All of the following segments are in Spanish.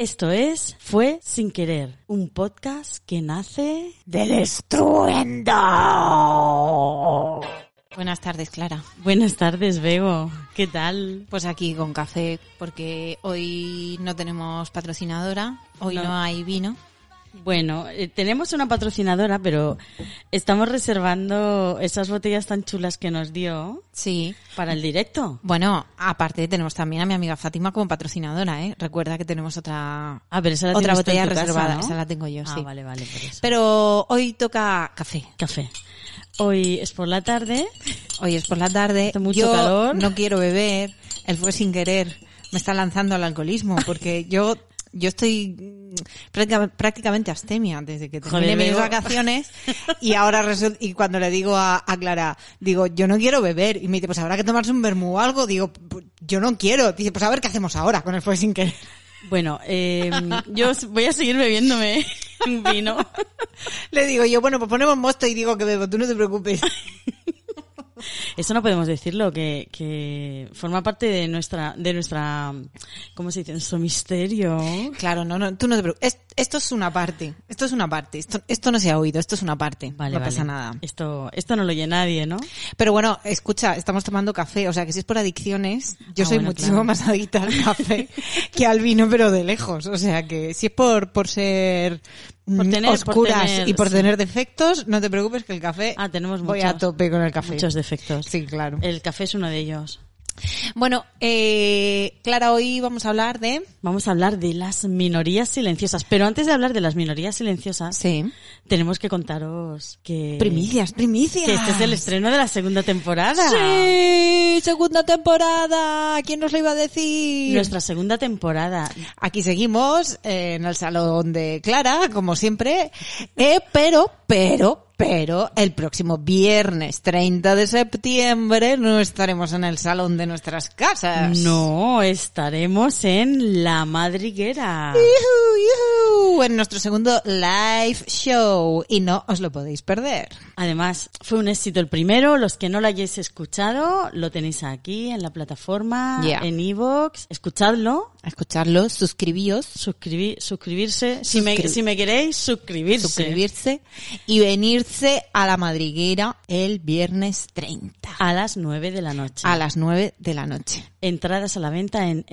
Esto es Fue Sin Querer, un podcast que nace... del estruendo. Buenas tardes, Clara. Buenas tardes, Bego. ¿Qué tal? Pues aquí con café, porque hoy no tenemos patrocinadora, hoy No. no, hay vino. Bueno, eh, tenemos una patrocinadora, pero estamos reservando esas botellas tan chulas que nos dio Sí. para el directo. Bueno, aparte tenemos también a mi amiga Fátima como patrocinadora, ¿eh? Recuerda que tenemos otra, Ah, pero esa la otra tienes tú en botella tu casa, reservada, ¿no? esa la tengo yo, Ah, sí. vale, vale, por eso. Pero hoy toca café. Café. Hoy es por la tarde. Hoy es por la tarde. Hace mucho yo calor. no quiero beber. Él fue sin querer. Me está lanzando al alcoholismo porque yo yo estoy mm, práctica- prácticamente astemia desde que terminé Joder, mis Bego. vacaciones y ahora resulta, y cuando le digo a, a Clara digo yo no quiero beber y me dice pues habrá que tomarse un vermú o algo digo "Pues, yo no quiero dice pues a ver qué hacemos ahora con el fue sin querer Bueno, eh, yo s- voy a seguir bebiéndome un vino. le digo yo bueno pues ponemos mosto y digo que bebo tú no te preocupes Eso no podemos decirlo, que, que forma parte de nuestra, de nuestra, ¿cómo se dice? Nuestro misterio. claro no no tú no te preocupes Es- esto es una parte esto es una parte esto esto no se ha oído esto es una parte Vale, no vale. pasa nada Esto, esto no lo oye nadie, ¿no? Pero bueno, escucha, estamos tomando café, o sea que si es por adicciones, yo Ah, soy bueno, muchísimo claro. más adicta al café que al vino, pero de lejos. O sea que si es por, por ser Por mm, tener- por oscuras tener, y por sí. tener defectos, no te preocupes que el café Ah, tenemos voy muchos, a tope con el café. muchos Eh. defectos. Sí, claro. El café es uno de ellos. Bueno, eh, Clara, hoy vamos a hablar de... Vamos a hablar de las minorías silenciosas. Pero antes de hablar de las minorías silenciosas, Sí. tenemos que contaros que... Primicias, primicias. Que este es el estreno de la segunda temporada. Sí, segunda temporada. ¿Quién nos lo iba a decir? Nuestra segunda temporada. Aquí seguimos eh, en el salón de Clara, como siempre, Eh, pero, pero, pero el próximo viernes 30 de septiembre no estaremos en el salón de nuestras casas. No, estaremos en La Madriguera. Yujú, yujú, En nuestro segundo live show y no os lo podéis perder. Además, fue un éxito el primero. Los que no lo hayáis escuchado, lo tenéis aquí en la plataforma, Yeah. en Evox. Escuchadlo, A escucharlo, suscribíos, suscribir, suscribirse. Si me, Suscri- si me queréis, suscribirse. suscribirse y venirse a la madriguera el viernes 30 A las 9 de la noche. a las 9 de la noche. Entradas a la venta en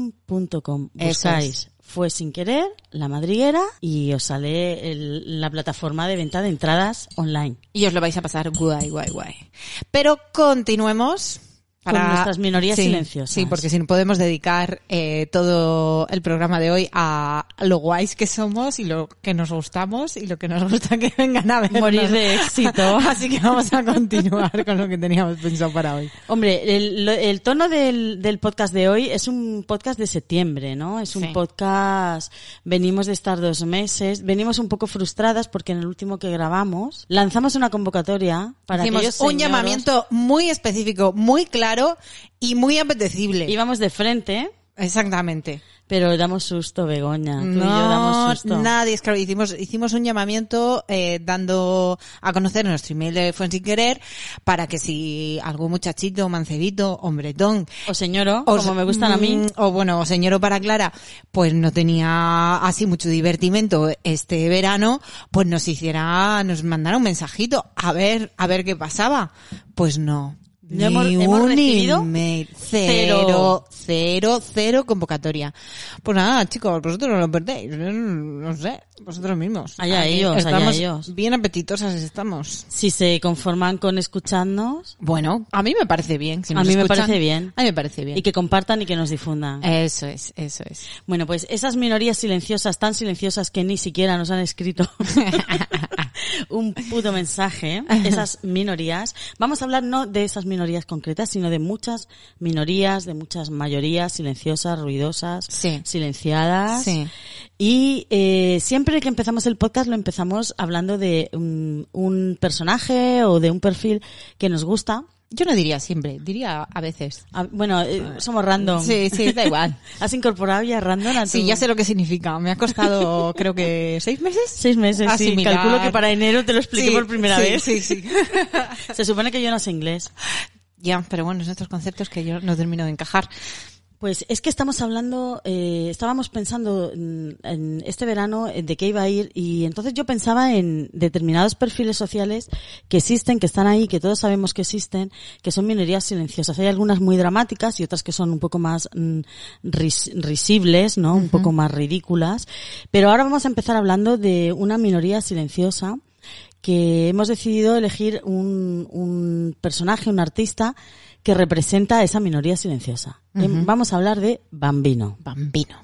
entradium.com. Eso Buscáis. Fue sin querer, la madriguera, y os sale el- la plataforma de venta de entradas online. Y os lo vais a pasar guay, guay, guay. Pero continuemos. Con nuestras minorías Sí, silenciosas. Sí, porque si no podemos dedicar eh, todo el programa de hoy a lo guays que somos y lo que nos gustamos y lo que nos gusta que vengan a vernos. Morir de éxito. Así que vamos a continuar con lo que teníamos pensado para hoy. Hombre, el, lo- el tono del, del podcast de hoy es un podcast de septiembre, ¿no? Es un Sí. podcast, venimos de estar dos meses, venimos un poco frustradas porque en el último que grabamos lanzamos una convocatoria para Hicimos aquellos un señoros- llamamiento muy específico, muy claro y muy apetecible. Íbamos de frente, Exactamente. pero damos susto, Begoña. Ah, Tú y yo No, damos susto. nadie, es claro, hicimos, hicimos un llamamiento eh, dando a conocer nuestro email de Fue Sin Querer para que si algún muchachito, mancebito, hombretón, O señoro, o como se- me gustan a mí. mm, O bueno, o señor o para Clara, pues no tenía así mucho divertimento este verano, pues nos hiciera, nos mandara un mensajito a ver, a ver qué pasaba. Pues no. No hemos- Ni hemos un recibido email. cero. Cero, cero, cero convocatoria. Pues nada, chicos, vosotros no lo perdéis. No sé, vosotros mismos. Allá Aquí ellos, allá estamos ellos. Bien apetitosas estamos. Si se conforman con escucharnos Bueno, a mí me parece bien. si A nos mí me escuchan. parece bien. A mí me parece bien. y que compartan y que nos difundan. Eso es, eso es. Bueno, pues esas minorías silenciosas, tan silenciosas que ni siquiera nos han escrito un puto mensaje, esas minorías, vamos a hablar no de esas minorías concretas, sino de muchas minorías, de muchas mayorías silenciosas, ruidosas, Sí. silenciadas. Sí. Y eh, siempre que empezamos el podcast lo empezamos hablando de un, un personaje o de un perfil que nos gusta. Yo no diría siempre, diría a veces. Ah, Bueno, eh, somos random. Sí, sí, da igual. ¿Has incorporado ya random a Sí, tu- ya sé lo que significa. Me ha costado, creo que, seis meses. Seis meses, sí. Asimilar. Calculo que para enero te lo expliqué Sí, por primera sí, vez. Sí, sí. Se supone que yo no sé inglés. ya, pero bueno, son estos conceptos que yo no termino de encajar. Pues es que estamos hablando, eh, estábamos pensando en, en este verano eh, de qué iba a ir y entonces yo pensaba en determinados perfiles sociales que existen, que están ahí, que todos sabemos que existen, que son minorías silenciosas. Hay algunas muy dramáticas y otras que son un poco más mm, ris- risibles, ¿no? Un poco más ridículas. Pero ahora vamos a empezar hablando de una minoría silenciosa que hemos decidido elegir un, un personaje, un artista que representa a esa minoría silenciosa. Em, Vamos a hablar de Bambino. Bambino.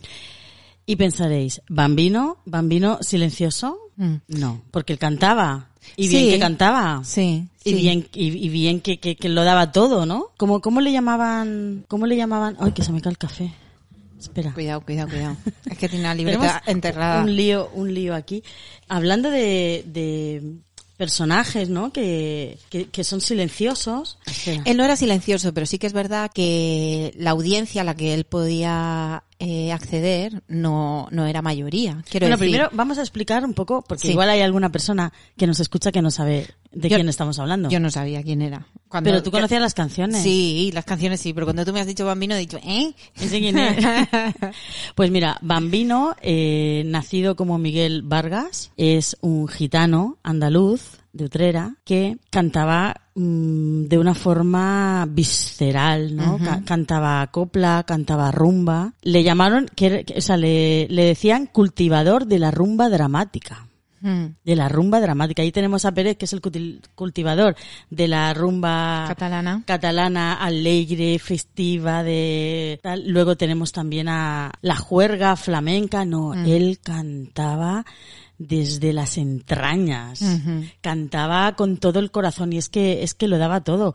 Y pensaréis, ¿Bambino? ¿Bambino silencioso? Mm. No, porque él cantaba. Y bien Sí. que Ah. cantaba. Sí. Y sí. bien, y, y bien que, que- que lo daba todo, ¿no? ¿Cómo, ¿Cómo le llamaban? ¿Cómo le llamaban? Ay, que se me cae el café. Espera. Cuidado, cuidado, cuidado. Es que tiene una libreta Tenemos enterrada. Un lío, un lío aquí. Hablando de, de personajes, ¿no? Que, que, que son silenciosos. Espera. Él no era silencioso, pero sí que es verdad que la audiencia a la que él podía eh, acceder no, no era mayoría. Quiero bueno, decir, primero vamos a explicar un poco, porque Sí. igual hay alguna persona que nos escucha que no sabe de Yo- quién estamos hablando. yo no sabía quién era. Cuando- Pero tú conocías las canciones. Sí, las canciones sí, pero cuando tú me has dicho Bambino he dicho, ¿eh? Ese quién es. Pues mira, Bambino, eh, nacido como Miguel Vargas, es un gitano andaluz de Utrera que cantaba mm, de una forma visceral, ¿no? Ca- cantaba copla, cantaba rumba. Le llamaron, que, era- que- o sea, le, le decían cultivador de la rumba dramática. Mm, De la rumba dramática. Ahí tenemos a Pérez, que es el cutil- cultivador de la rumba Ah. Catalana. catalana alegre, festiva, de tal. Luego tenemos también a la juerga flamenca, no, Mm. él cantaba desde las entrañas. Ujú. Cantaba con todo el corazón y es que es que lo daba todo.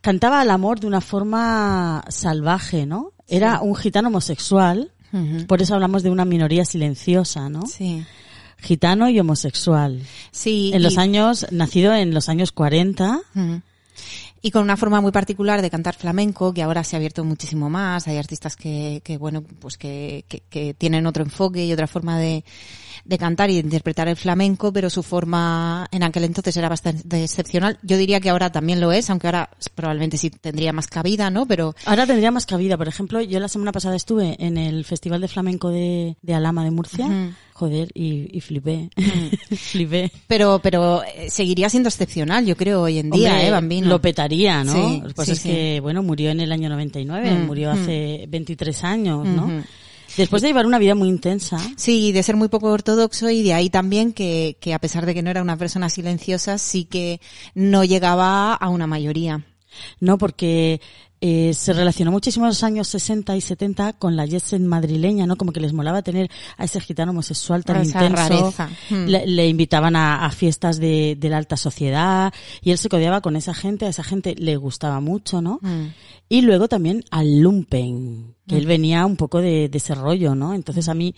Cantaba al amor de una forma salvaje, ¿no? Era un gitano homosexual, Ujú. por eso hablamos de una minoría silenciosa, ¿no? Hmm. Sí. Gitano y homosexual. Sí. en los y- años nacido en los años 40. Ujú. Y con una forma muy particular de cantar flamenco, que ahora se ha abierto muchísimo más. Hay artistas que, que bueno, pues que, que- que tienen otro enfoque y otra forma de, de cantar y de interpretar el flamenco, pero su forma en aquel entonces era bastante excepcional. Yo diría que ahora también lo es, aunque ahora probablemente sí tendría más cabida, ¿no? Pero Ahora tendría más cabida. Por ejemplo, yo la semana pasada estuve en el Festival de Flamenco de, de Alama de Murcia. Ujú. Mm. Joder, y, y flipé. flipé. pero pero eh, seguiría siendo excepcional, yo creo, hoy en día, Hombre, ¿eh, Bambino? Lo petaría, ¿no? Sí, Lo que pasa sí, es sí. que, bueno, murió en el año 99, Mm, murió mm. hace 23 años, ¿no? Ujú. Después de llevar una vida muy intensa. Sí, de ser muy poco ortodoxo y de ahí también que, que a pesar de que no era una persona silenciosa, sí que no llegaba a una mayoría. No, porque eh, se relacionó muchísimo en los años 60 y 70 con la Jetsen madrileña, ¿no? Como que les molaba tener a ese gitano homosexual tan A esa intenso. rareza. Mm. Le, le invitaban a, a fiestas de, de la alta sociedad y él se codeaba con esa gente, a esa gente le gustaba mucho, ¿no? Y luego también al lumpen, que Mm. él venía un poco de, de ese rollo, ¿no? Entonces a mí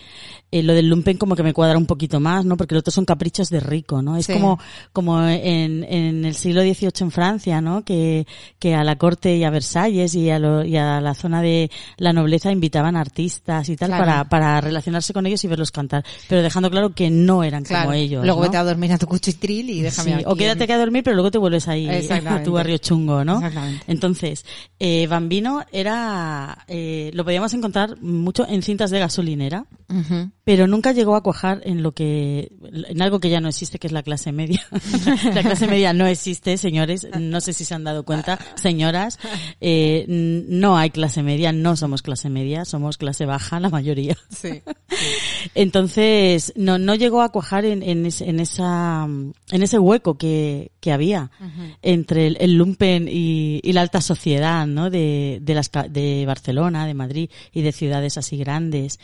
eh, lo del lumpen como que me cuadra un poquito más, ¿no? Porque el otro son caprichos de rico, ¿no? Es Sí. como, como en, en el siglo XVIII en Francia, ¿no? Que, que a la corte y a Versalles y a, lo- y a la zona de la nobleza invitaban artistas y tal Claro. para, para relacionarse con ellos y verlos cantar. Pero dejando claro que no eran Claro. como ellos. Luego ¿no? vete a dormir a tu cuchitril y déjame Sí, aquí. o quédate aquí a dormir, pero luego te vuelves ahí eh, a Exactamente. tu barrio chungo, ¿no? Exactamente. Entonces, eh, Bambino era, eh, lo podíamos encontrar mucho en cintas de gasolinera, Ujú. pero nunca llegó a cuajar en lo que, en algo que ya no existe, que es la clase media. la clase media no existe, señores. No sé si se han dado cuenta, señoras. Eh, n- no hay clase media, no somos clase media, somos clase baja la mayoría. Sí. Entonces, no, no llegó a cuajar en, en, es- en esa, mm, en ese hueco que, que había entre el, el lumpen y, y la alta sociedad, ¿no? De, de, las, ca- de Barcelona, de Madrid y de ciudades así grandes.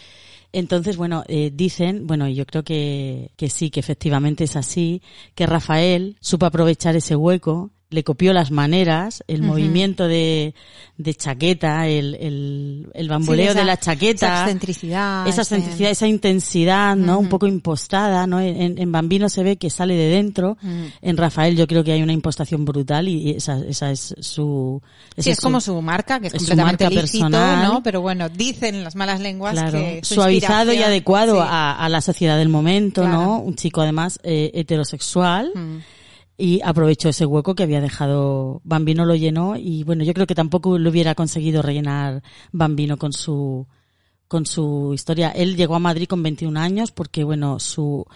Entonces, bueno, eh, dicen, bueno, y yo creo que, que sí, que efectivamente es así, que Rafael supo aprovechar ese hueco, le copió las maneras, el movimiento de, de chaqueta, el, el, el bamboleo esa- de la chaqueta Esa excentricidad. esa ese- sensibilidad, esa intensidad, ¿no? Un poco impostada, ¿no? En, en Bambino se ve que sale de dentro. En Rafael yo creo que hay una impostación brutal y y esa, esa es su... Sí, ese es como su marca, que es, es su completamente marca lícito, personal. ¿no? Pero bueno, dicen las malas lenguas claro, que su suavizado y inspiración- adecuado Sí. a, a la sociedad del momento, Claro. ¿no? Un chico además eh, heterosexual. Mm. y aprovechó ese hueco que había dejado Bambino, lo llenó y bueno, yo creo que tampoco lo hubiera conseguido rellenar Bambino con su con su historia. Él llegó a Madrid con 21 años porque bueno, su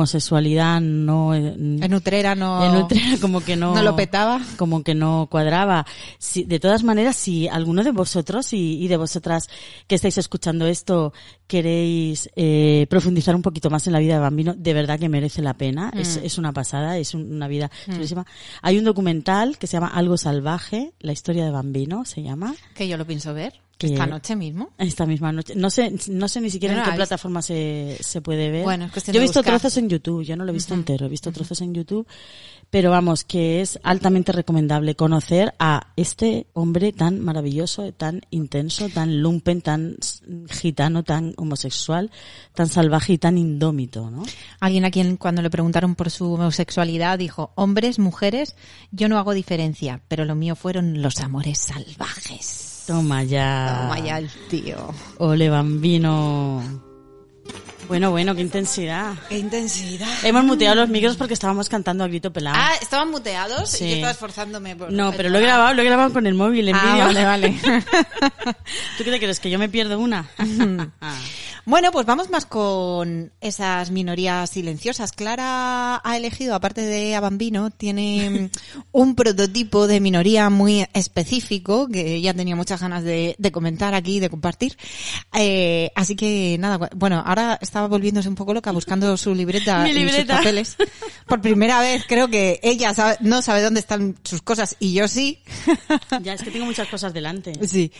homosexualidad no eh, En Utrera Eh, no. en Utrera como que no No lo petaba. como que no cuadraba. Si- de todas maneras, si alguno de vosotros y, y de vosotras que estáis escuchando esto queréis eh, profundizar un poquito más en la vida de Bambino, de verdad que merece la pena. Es, es una pasada, es un- una vida chulísima. Hay un documental que se llama Algo Salvaje, la historia de Bambino se llama. Que yo lo pienso ver. Que- Esta noche mismo. Esta misma noche. No sé, no sé ni siquiera Yo no en la qué he plataforma se, se puede ver. Bueno, es cuestión yo he de visto buscar. trozos en YouTube, yo no lo he visto entero, he visto trozos en YouTube. Pero vamos, que es altamente recomendable conocer a este hombre tan maravilloso, tan intenso, tan lumpen, tan s- gitano, tan homosexual, tan salvaje y tan indómito, ¿no? Alguien a quien cuando le preguntaron por su homosexualidad dijo, hombres, mujeres, yo no hago diferencia, pero lo mío fueron los amores salvajes. Toma ya. Toma ya el tío. Ole, bambino. Bueno, bueno, qué intensidad. Qué intensidad. Hemos muteado los micros porque estábamos cantando a grito pelado. Ah, estaban muteados Sí. y yo estaba esforzándome por... No, pero lo he grabado, lo he grabado con el móvil en Ah, vídeo. vale, vale. ¿Tú qué te crees? ¿Que yo me pierdo una? Ah, Bueno, pues vamos más con esas minorías silenciosas. Clara ha elegido, aparte de a Bambino, tiene un prototipo de minoría muy específico que ya tenía muchas ganas de, de comentar aquí, de compartir. Eh, así que nada, gu- bueno, ahora estaba volviéndose un poco loca buscando su libreta, Mi y sus libreta. papeles. Por primera vez creo que ella sabe- no sabe dónde están sus cosas y yo sí. ya, es que tengo muchas cosas delante. Sí.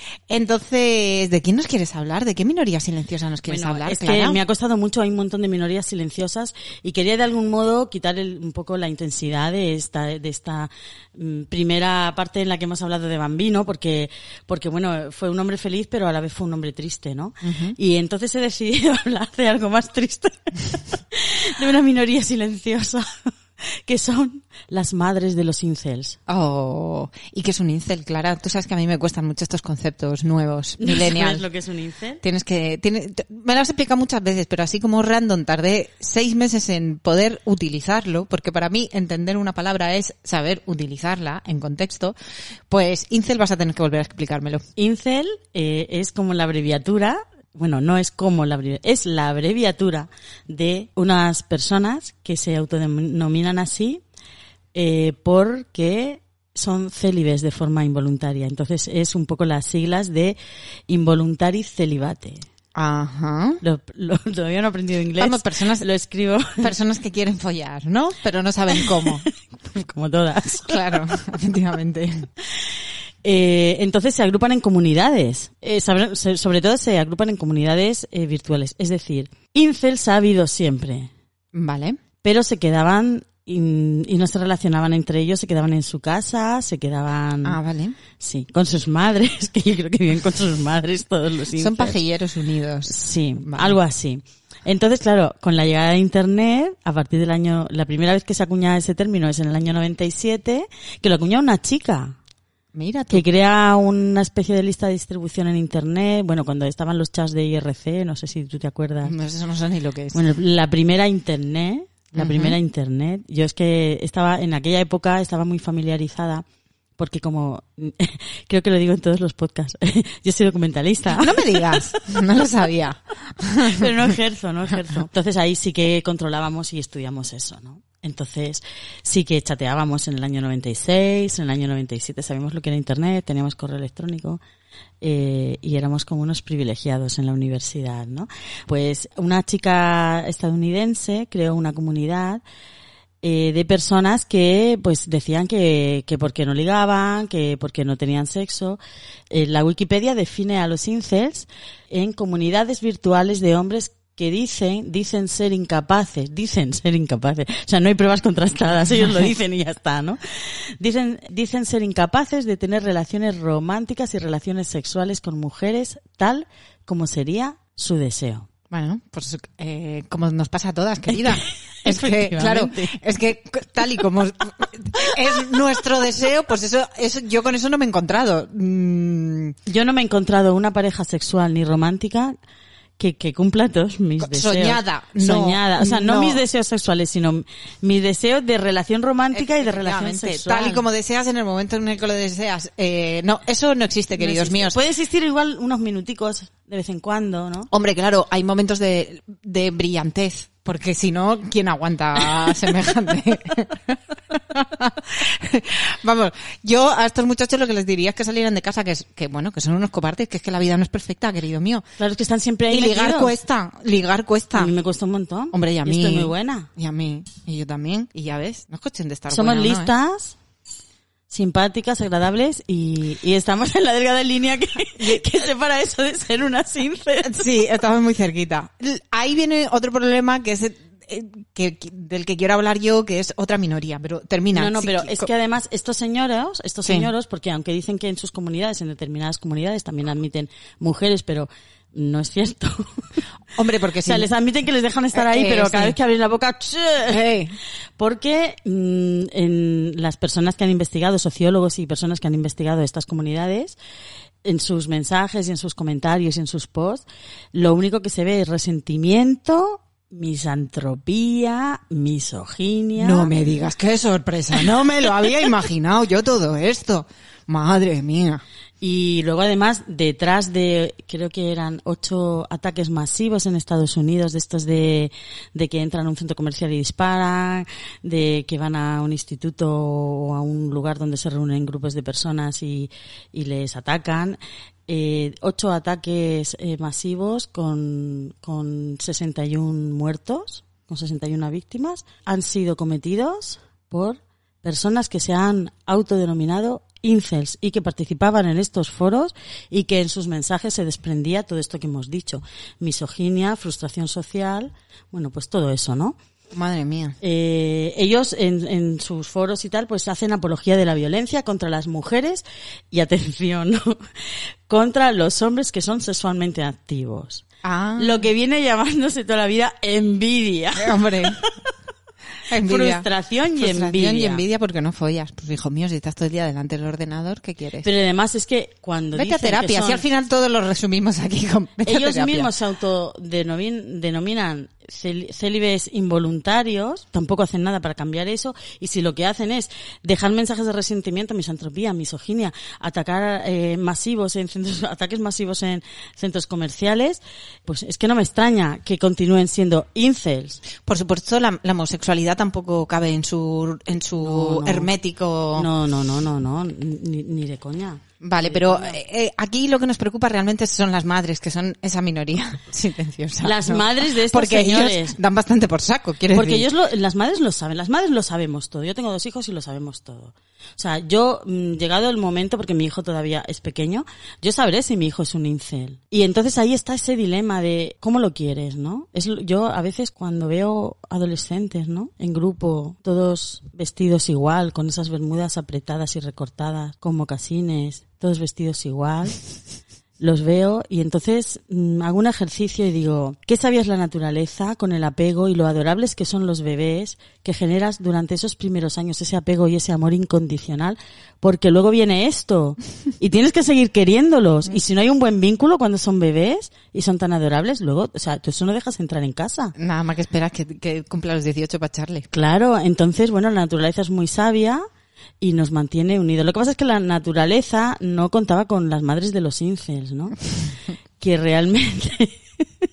Entonces, ¿de quién nos quieres hablar? ¿De qué minoría silenciosa nos quieres Bueno, hablar? es Clara? que me ha costado mucho, hay un montón de minorías silenciosas y quería de algún modo quitar el- un poco la intensidad de esta, de esta mm, primera parte en la que hemos hablado de Bambino, porque, porque bueno, fue un hombre feliz, pero a la vez fue un hombre triste, ¿no? Y entonces he decidido hablar de algo más triste, de una minoría silenciosa, que son las madres de los incels. Oh, y que es un incel, Clara. Tú sabes que a mí me cuestan mucho estos conceptos nuevos, ¿No sabes millennial. lo que es un incel? Tienes que, tiene- t- me lo has explicado muchas veces, pero así como random tardé seis meses en poder utilizarlo, porque para mí entender una palabra es saber utilizarla en contexto, pues incel vas a tener que volver a explicármelo. Incel eh, es como la abreviatura, bueno, no es como la abreviatura, es la abreviatura de unas personas que se autodenominan así eh, porque son célibes de forma involuntaria. Entonces es un poco las siglas de involuntary celibate. Ajá. Lo- lo- todavía no he aprendido inglés. Vamos, personas- Lo escribo Personas que quieren follar, ¿no? Pero no saben cómo. como todas. Claro, efectivamente. Eh, entonces se agrupan en comunidades. Eh, sabrá- se- sobre todo se agrupan en comunidades eh, virtuales. Es decir, incels ha habido siempre, Vale. pero se quedaban in- y no se relacionaban entre ellos, se quedaban en su casa, se quedaban Ah, vale. sí, con sus madres, que yo creo que viven con sus madres todos los Son incels. pajilleros unidos. Sí, Vale. algo así. Entonces, claro, con la llegada de Internet, a partir del año, la primera vez que se acuña ese término es en el año 97, que lo acuña una chica. Mira tú. que crea una especie de lista de distribución en internet. Bueno, cuando estaban los chats de IRC, no sé si tú te acuerdas. No, eso no sé ni lo que es. Bueno, la primera internet, la Ujú. primera internet. Yo es que estaba en aquella época estaba muy familiarizada porque como creo que lo digo en todos los podcasts. Yo soy documentalista. No me digas, no lo sabía. pero no ejerzo, no ejerzo. Entonces ahí sí que controlábamos y estudiamos eso, ¿no? Entonces sí que chateábamos en el año 96, en el año 97 sabíamos lo que era Internet, teníamos correo electrónico eh, y éramos como unos privilegiados en la universidad, ¿no? Pues una chica estadounidense creó una comunidad eh, de personas que pues decían que, que porque no ligaban, que porque no tenían sexo. Eh, la Wikipedia define a los incels en comunidades virtuales de hombres que dicen, dicen ser incapaces, dicen ser incapaces. O sea, no hay pruebas contrastadas, ellos lo dicen y ya está, ¿no? Dicen, dicen ser incapaces de tener relaciones románticas y relaciones sexuales con mujeres tal como sería su deseo. Bueno, pues eh, como nos pasa a todas, querida. Es que, claro, Efectivamente. es que tal y como es nuestro deseo, pues eso, eso yo con eso no me he encontrado. Mm, Yo no me he encontrado una pareja sexual ni romántica que, que cumpla todos mis deseos. Soñada, no, Soñada. O sea, no, no. mis deseos sexuales, sino mis deseos de relación romántica y de relación Efectivamente, sexual. Tal y como deseas en el momento en el que lo deseas. Eh, no, eso no existe, No queridos existe. míos. Puede existir igual unos minuticos de vez en cuando, ¿no? Hombre, claro, hay momentos de, de brillantez. Porque si no, ¿quién aguanta semejante? Vamos, yo a estos muchachos lo que les diría es que salieran de casa, que es, que bueno, que son unos cobardes, que es que la vida no es perfecta, querido mío. Claro, es que están siempre ahí Y ligar metidos. cuesta, ligar cuesta. A mí me cuesta un montón. Hombre, y a mí. Estoy muy buena. Y a mí. Y yo también. Y ya ves, no es cuestión de estar Somos buena, ¿no, eh? listas, simpáticas, agradables y, y estamos en la delgada línea que, que separa eso de ser una sincera. Sí, estamos muy cerquita. L- Ahí viene otro problema que es eh, que, que- del que quiero hablar yo, que es otra minoría, pero termina. No, no, Sí, pero que- es que además estos señoros, estos Sí. señoros, porque aunque dicen que en sus comunidades, en determinadas comunidades también admiten mujeres, pero no es cierto. Hombre, porque O si sea, les admiten que les dejan estar ahí, Eh, pero cada sí. vez que abren la boca, ¡che! Eh, Porque mm, en las personas que han investigado, sociólogos y personas que han investigado estas comunidades, en sus mensajes y en sus comentarios y en sus posts, lo único que se ve es resentimiento, misantropía, misoginia. No me digas, qué sorpresa, no me lo había imaginado yo todo esto. Madre mía. Y luego además, detrás de, creo que eran ocho ataques masivos en Estados Unidos, de estos de, de que entran a un centro comercial y disparan, de que van a un instituto o a un lugar donde se reúnen grupos de personas y, y les atacan. Eh, ocho ataques eh, masivos con, con 61 muertos, con 61 víctimas, han sido cometidos por personas que se han autodenominado incels y que participaban en estos foros y que en sus mensajes se desprendía todo esto que hemos dicho. Misoginia, frustración social, bueno, pues todo eso, ¿no? Madre mía. Eh, ellos en, en sus foros y tal, pues hacen apología de la violencia contra las mujeres y atención, ¿no? contra los hombres que son sexualmente activos. Ah, Lo que viene llamándose toda la vida envidia. hombre. Envidia. Frustración y Frustración y envidia. envidia porque no follas. Pues hijo mío, si estás todo el día delante del ordenador, ¿qué quieres? Pero además es que cuando Vete a dicen que terapia, son- si al final todos lo resumimos aquí con vete a Ellos terapia. mismos se autodenominan cel- célibes involuntarios, tampoco hacen nada para cambiar eso, y si lo que hacen es dejar mensajes de resentimiento, misantropía, misoginia, atacar eh, masivos en centros, ataques masivos en centros comerciales, pues es que no me extraña que continúen siendo incels. Por supuesto, la, la homosexualidad tampoco cabe en su, en su No, no. hermético. No, no, no, no, no, ni, ni de coña. Vale, pero eh, eh, aquí lo que nos preocupa realmente son las madres, que son esa minoría silenciosa. Las madres de estos Porque señores. ellos dan bastante por saco, quiero Porque decir. ellos lo- las madres lo saben, las madres lo sabemos todo. Yo tengo dos hijos y lo sabemos todo. O sea, yo, mm, llegado el momento, porque mi hijo todavía es pequeño, yo sabré si mi hijo es un incel. Y entonces ahí está ese dilema de cómo lo quieres, ¿no? Es, lo- yo a veces cuando veo adolescentes, ¿no? En grupo, todos vestidos igual, con esas bermudas apretadas y recortadas, con mocasines, todos vestidos igual los veo y entonces mm, hago un ejercicio y digo, ¿qué sabías la naturaleza con el apego y lo adorables que son los bebés que generas durante esos primeros años, ese apego y ese amor incondicional? Porque luego viene esto y tienes que seguir queriéndolos. Y si no hay un buen vínculo cuando son bebés y son tan adorables, luego, o sea, tú eso no dejas entrar en casa. Nada más que esperas que, que cumpla los 18 para echarle. Claro, entonces, bueno, la naturaleza es muy sabia y nos mantiene unidos. Lo que pasa es que la naturaleza no contaba con las madres de los incels, ¿no? que realmente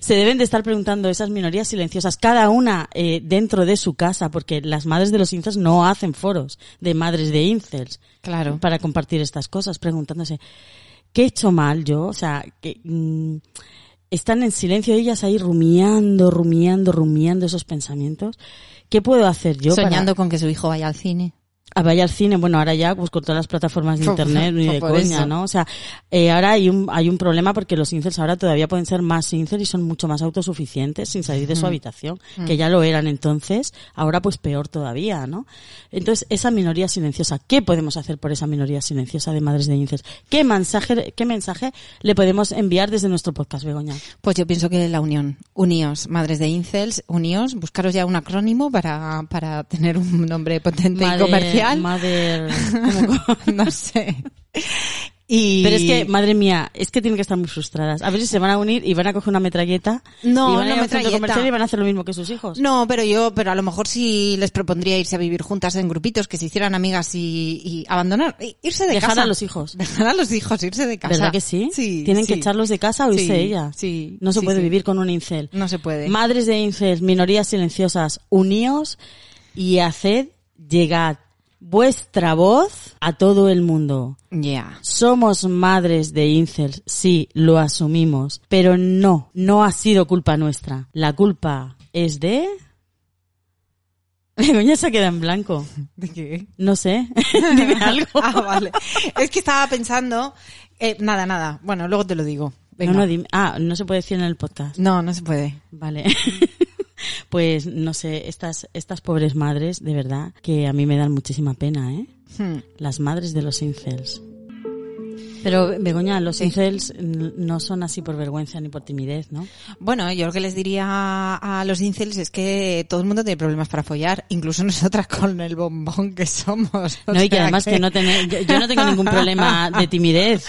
se deben de estar preguntando esas minorías silenciosas, cada una eh, dentro de su casa, porque las madres de los incels no hacen foros de madres de incels Claro. para compartir estas cosas, preguntándose, ¿qué he hecho mal yo? O sea, que... mm, están en silencio ellas ahí rumiando, rumiando, rumiando esos pensamientos. ¿Qué puedo hacer yo Soñando con que su hijo vaya al cine. para a vaya al cine? Bueno, ahora ya pues con todas las plataformas de Por- internet ni por- de por coña, eso. ¿no? O sea, eh, ahora hay un hay un problema porque los incels ahora todavía pueden ser más incels y son mucho más autosuficientes sin salir Mm. de su habitación, que ya lo eran entonces, ahora pues peor todavía, ¿no? Entonces, esa minoría silenciosa, ¿qué podemos hacer por esa minoría silenciosa de madres de incels? ¿Qué mensaje qué mensaje le podemos enviar desde nuestro podcast Begoña? Pues yo pienso que la unión. Uníos, madres de incels, uníos, buscaros ya un acrónimo para, para tener un nombre potente y comercial. Mother- no sé. Y... Pero es que, madre mía, es que tienen que estar muy frustradas. A ver si se van a unir y van a coger una metralleta. No, y van a ir una a un centro metralleta. comercial y van a hacer lo mismo que sus hijos. No, pero yo, pero a lo mejor sí les propondría irse a vivir juntas en grupitos, que se hicieran amigas y, y abandonar, i- irse de Dejar casa. a los hijos. Dejar a los hijos, irse de casa. ¿Verdad que sí? Sí. Tienen que sí. echarlos de casa o irse Sí, ella. sí, No se sí, puede sí. vivir con un incel. No se puede. Madres de incels, minorías silenciosas, uníos y haced llegad vuestra voz a todo el mundo. Ya. Somos madres de incels, sí, lo asumimos, pero no, no ha sido culpa nuestra. La culpa es de... Begoña se queda en blanco. ¿De qué? No sé. Dime algo. Ah, vale. Es que estaba pensando, eh, nada, nada. Bueno, luego te lo digo. Venga. No, no, dime. Ah, no se puede decir en el podcast. no, no se puede. Vale. Pues no sé, estas, estas pobres madres, de verdad, que a mí me dan muchísima pena, ¿eh? Hmm. Las madres de los incels. Pero, Begoña, los incels n- no son así por vergüenza ni por timidez, ¿no? Bueno, yo lo que les diría a, a los incels es que todo el mundo tiene problemas para follar, incluso nosotras con el bombón que somos. O No, y que sea además que no tener, yo, yo no tengo ningún problema de timidez.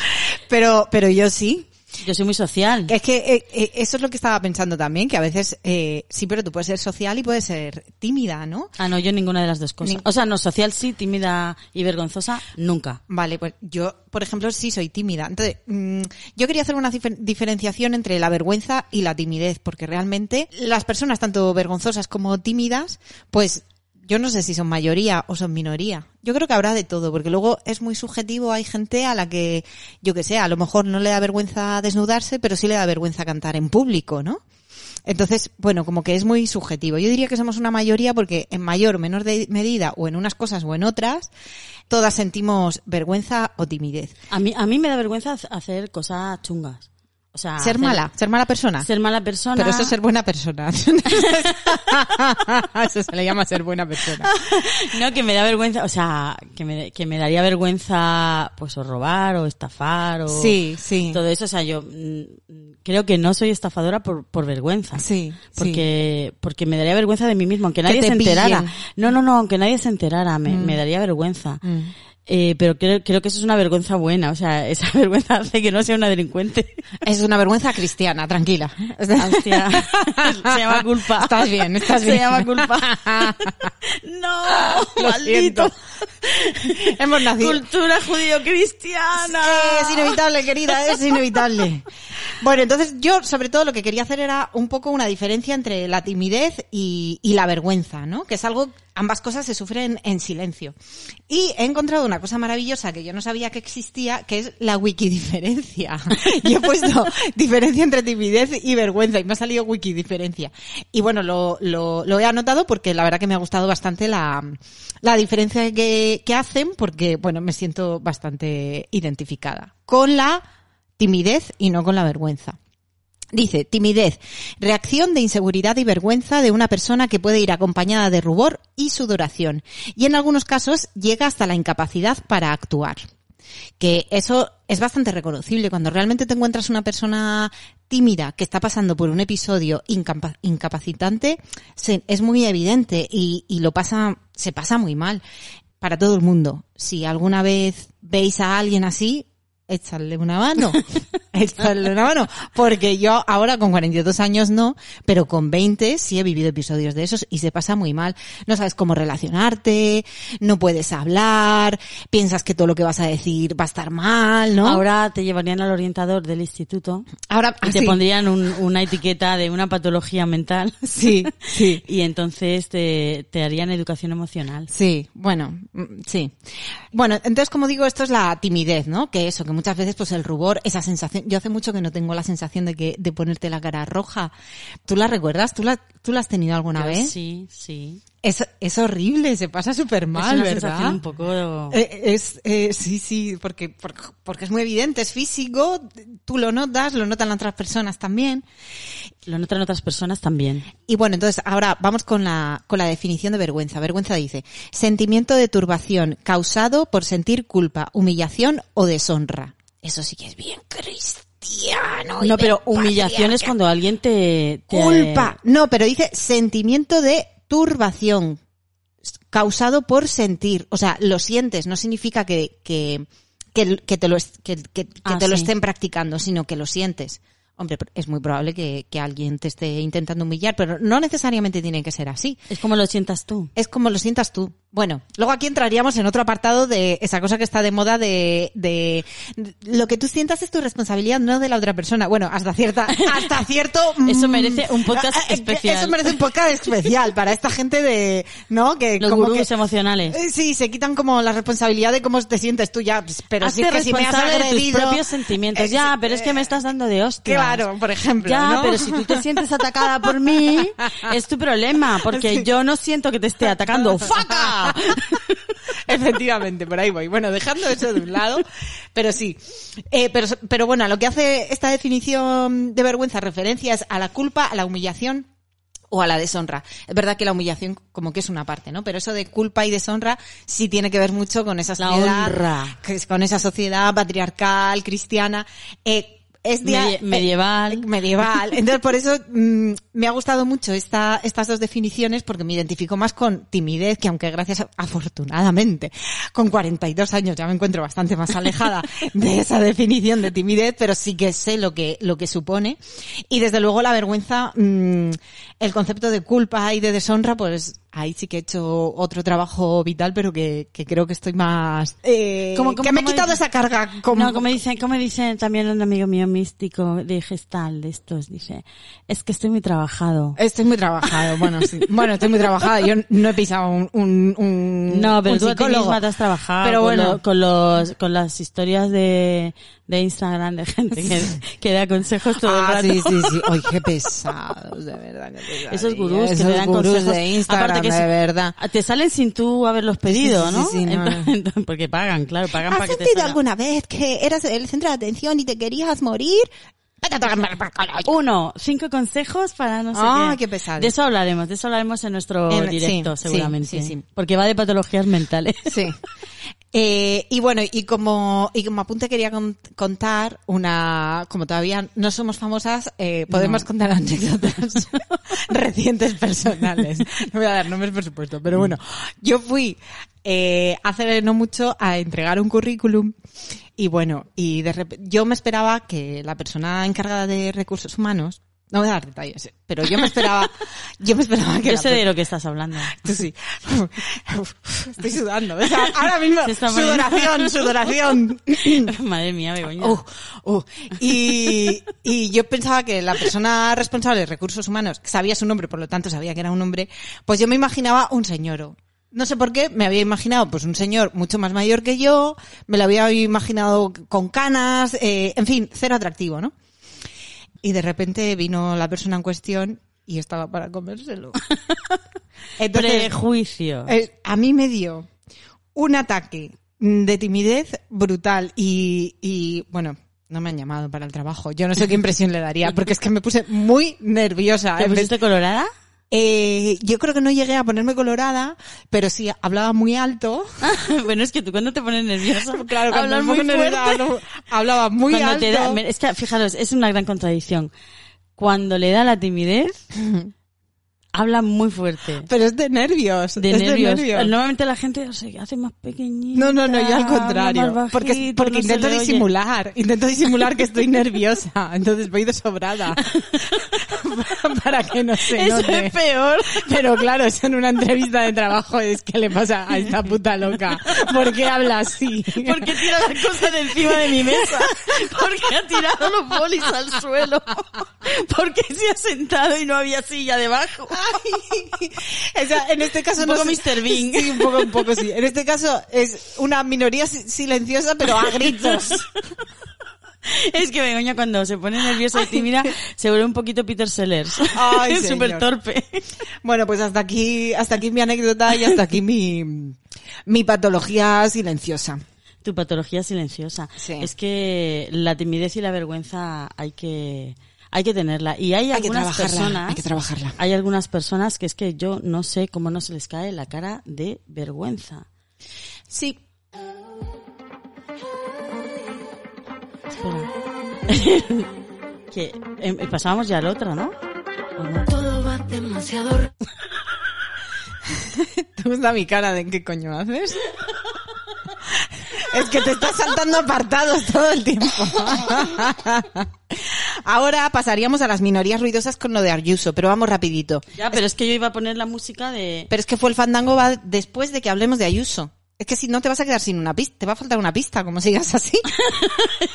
Pero, pero yo sí. Yo soy muy social. Es que eh, eh, eso es lo que estaba pensando también, que a veces eh, sí, pero tú puedes ser social y puedes ser tímida, ¿no? Ah, no, yo ninguna de las dos cosas. Ni- O sea, no, social sí, tímida y vergonzosa, nunca. Vale, pues yo, por ejemplo, sí soy tímida. Entonces, mm, yo quería hacer una difer- diferenciación entre la vergüenza y la timidez, porque realmente las personas, tanto vergonzosas como tímidas, pues yo no sé si son mayoría o son minoría. Yo creo que habrá de todo, porque luego es muy subjetivo. Hay gente a la que, yo que sé, a lo mejor no le da vergüenza desnudarse, pero sí le da vergüenza cantar en público, ¿no? Entonces, bueno, como que es muy subjetivo. Yo diría que somos una mayoría porque en mayor o menor de- medida, o en unas cosas o en otras, todas sentimos vergüenza o timidez. A mí, a mí me da vergüenza hacer cosas chungas. O sea, ser hacer- mala, ser mala persona. Ah, Ser mala persona. Pero eso es ser buena persona. eso se le llama ser buena persona. No, que me da vergüenza, o sea, que me, que me daría vergüenza, pues, o robar, o estafar, o... Sí, sí. Todo eso, o sea, yo mm, creo que no soy estafadora por, por vergüenza. Sí, Porque, porque me daría vergüenza de mí mismo, aunque Que nadie te se enterara. pillen. No, no, no, aunque nadie se enterara, me, me daría vergüenza. Mm. Eh, pero creo, creo que eso es una vergüenza buena, o sea, esa vergüenza hace que no sea una delincuente. Es una vergüenza cristiana, tranquila. Hostia. Se llama culpa. Estás bien, estás bien. Se llama culpa. no, Lo maldito. siento. Hemos nacido. Cultura judío-cristiana. Eh, es inevitable, querida, es inevitable. Bueno, entonces yo sobre todo lo que quería hacer era un poco una diferencia entre la timidez y, y la vergüenza, ¿no? Que es algo, ambas cosas se sufren en silencio. Y he encontrado una cosa maravillosa que yo no sabía que existía, que es la wikidiferencia. Y he puesto diferencia entre timidez y vergüenza y me ha salido wikidiferencia. Y bueno, lo, lo, lo he anotado porque la verdad que me ha gustado bastante la, la diferencia que, que hacen porque, bueno, me siento bastante identificada con la timidez y no con la vergüenza. Dice, timidez, reacción de inseguridad y vergüenza de una persona que puede ir acompañada de rubor y sudoración, y en algunos casos llega hasta la incapacidad para actuar. Que eso es bastante reconocible cuando realmente te encuentras una persona tímida que está pasando por un episodio incapa- incapacitante, se- es muy evidente y, y lo pasa, se pasa muy mal para todo el mundo. Si alguna vez veis a alguien así, echarle una mano, echarle una mano, porque yo ahora con 42 años no, pero con 20 sí he vivido episodios de esos y se pasa muy mal. No sabes cómo relacionarte, no puedes hablar, piensas que todo lo que vas a decir va a estar mal, ¿no? Ahora te llevarían al orientador del instituto ahora y te Ah, sí, pondrían un- una etiqueta de una patología mental sí, sí. y entonces te, te harían educación emocional. Sí, bueno, mm, sí. Bueno, entonces como digo, esto es la timidez, ¿no? Que eso, que muchas veces pues el rubor, esa sensación, yo hace mucho que no tengo la sensación de que de ponerte la cara roja. ¿Tú la recuerdas? ¿Tú la, tú la has tenido alguna Yo vez? Sí, sí. Es, es horrible, se pasa súper mal, es una ¿verdad? sensación un poco... Eh, es, eh, sí, sí, porque, por- porque, es muy evidente, es físico, tú lo notas, lo notan las otras personas también. Lo notan otras personas también. Y bueno, entonces ahora vamos con la, con la definición de vergüenza. Vergüenza dice, sentimiento de turbación causado por sentir culpa, humillación o deshonra. Eso sí que es bien cristiano. y No, de pero humillación es patriarca. cuando alguien te... te- Culpa. No, pero dice sentimiento de turbación causado por sentir. O sea, lo sientes, no significa que, que, que, que te lo, es- que, que- que Ah, te lo sí. estén practicando, sino que lo sientes. Hombre, es muy probable que, que alguien te esté intentando humillar, pero no necesariamente tiene que ser así. Es como lo sientas tú. Es como lo sientas tú. Bueno, luego aquí entraríamos en otro apartado de esa cosa que está de moda de, de, de- lo que tú sientas es tu responsabilidad, no de la otra persona. Bueno, hasta cierta, hasta cierto. Eso mm, merece un podcast eh, eh, especial. Eso merece un podcast especial para esta gente de, ¿no? Que Los como gurús que- emocionales. eh, Sí, se quitan como la responsabilidad de cómo te sientes tú ya. pues, Pero si es Hazte que si me has responsable de tus agredido- propios sentimientos. Ex- ya, pero es que me eh, estás dando de hostia. Claro, por ejemplo. Ya, ¿no? pero si tú te sientes atacada por mí, es tu problema, porque Sí. yo no siento que te esté atacando. ¡Faca! Efectivamente, por ahí voy. Bueno, dejando eso de un lado, pero sí. Eh, pero, pero bueno, a lo que hace esta definición de vergüenza referencia es a la culpa, a la humillación o a la deshonra. Es verdad que la humillación como que es una parte, ¿no? Pero eso de culpa y deshonra sí tiene que ver mucho con esa La sociedad, honra. que es- con esa sociedad patriarcal, cristiana. Eh, es de- Medie- eh, medieval. medieval. Entonces, por eso mm, me ha gustado mucho esta, estas dos definiciones porque me identifico más con timidez, que aunque gracias a- afortunadamente con 42 años ya me encuentro bastante más alejada de esa definición de timidez, pero sí que sé lo que, lo que supone. Y desde luego la vergüenza, mm, el concepto de culpa y de deshonra, pues ahí sí que he hecho otro trabajo vital, pero que, que creo que estoy más... eh, ¿Cómo- cómo- que me he cómo quitado dices? esa carga. como- No, como dicen, como dicen también un amigo mío místico de gestal de estos, dice, es que estoy muy trabajado. Estoy Este muy trabajado, bueno, sí. Bueno, estoy muy trabajada. Yo no he pisado un, un, un- No, pero Mm, un tú a ti psicólogo. misma te has trabajado Pero con, bueno, lo- con los, con las historias de, de Instagram de gente que, que da consejos todo el ah, rato. sí, sí, sí. Ay, qué pesados, de verdad. qué pesadilla. Esos gurús que Esos te dan gurús consejos. de Instagram, Aparte que de si- verdad. Te salen sin tú haberlos pedido, sí, ¿no? sí, no. Entonces- porque pagan, claro, pagan para ¿Has que te sentido salga. alguna vez que eras el centro de atención y te querías morir? Vete a tomarme por culo. Uno, cinco consejos para no sé Ah, qué. qué pesado. De eso hablaremos, de eso hablaremos en nuestro En- directo, sí, sí, seguramente. sí, sí. Porque va de patologías mentales. Sí. Eh, y bueno, y como, y como apunte quería con- contar una, como todavía no somos famosas, eh, podemos contar anécdotas recientes personales. No voy a dar nombres, por supuesto, pero bueno, yo fui eh, hace no mucho a entregar un currículum y bueno, y de rep- yo me esperaba que la persona encargada de recursos humanos, no voy a dar detalles, pero yo me esperaba, yo me esperaba que Yo la sé per- de lo que estás hablando. Tú sí. Estoy sudando. O sea, ahora mismo. Se está poniendo- Sudoración, sudoración. Madre mía, Begoña. Uh, uh. Y, y yo pensaba que la persona responsable de recursos humanos, que sabía su nombre, por lo tanto sabía que era un hombre, pues yo me imaginaba un señor. No sé por qué, me había imaginado pues un señor mucho más mayor que yo, me lo había imaginado con canas, eh, en fin, cero atractivo, ¿no? Y de repente vino la persona en cuestión y estaba para comérselo. Prejuicio. Eh, a mí me dio un ataque de timidez brutal y, y, bueno, no me han llamado para el trabajo. Yo no sé qué impresión le daría, porque es que me puse muy nerviosa. ¿Te En vez- pusiste colorada? Eh, yo creo que no llegué a ponerme colorada, pero sí hablaba muy alto. bueno, es que tú cuando te pones nerviosa, Claro, cuando hablar me muy pongo fuerte. nerviosa, no, hablaba muy Cuando alto. te da- es que fijaros, es una gran contradicción. Cuando le da la timidez, habla muy fuerte. Pero es de nervios. De es nervios. de nervios. Normalmente la gente o sea, hace más pequeñita. No, no, no, yo al habla más contrario. bajito, porque porque no se intento le oye. disimular. Intento disimular que estoy nerviosa. Entonces voy de sobrada. Para que no se Eso note. es peor. Pero claro, eso en una entrevista de trabajo es que le pasa a esta puta loca. ¿Por qué habla así? ¿Por qué tira las cosas de encima de mi mesa? ¿Por qué ha tirado los bolis al suelo? ¿Por qué se ha sentado y no había silla debajo? O sea, en este caso Un no poco sé- Mr. Bean. Sí, un poco, un poco sí. En este caso es una minoría si- silenciosa, pero a gritos. Es que Begoña cuando se pone nerviosa y tímida se vuelve un poquito Peter Sellers. Ay, es súper señor. torpe. Bueno, pues hasta aquí, hasta aquí mi anécdota y hasta aquí mi, mi patología silenciosa. Tu patología silenciosa. Sí. Es que la timidez y la vergüenza hay que hay que tenerla y hay, Hay que algunas trabajarla, personas hay que trabajarla. hay algunas personas que es que yo no sé cómo no se les cae la cara de vergüenza. Sí. Espera. que eh, pasábamos ya al otro, ¿no? ¿O no? Pues Todo va demasiado r- ¿Te gusta mi cara de qué coño haces? Es que te estás saltando apartados todo el tiempo. Ahora pasaríamos a las minorías ruidosas con lo de Ayuso, pero vamos rapidito. Ya, pero es que yo iba a poner la música de... Pero es que fue el fandango va después de que hablemos de Ayuso. Es que si no te vas a quedar sin una pista, te va a faltar una pista, como sigas así.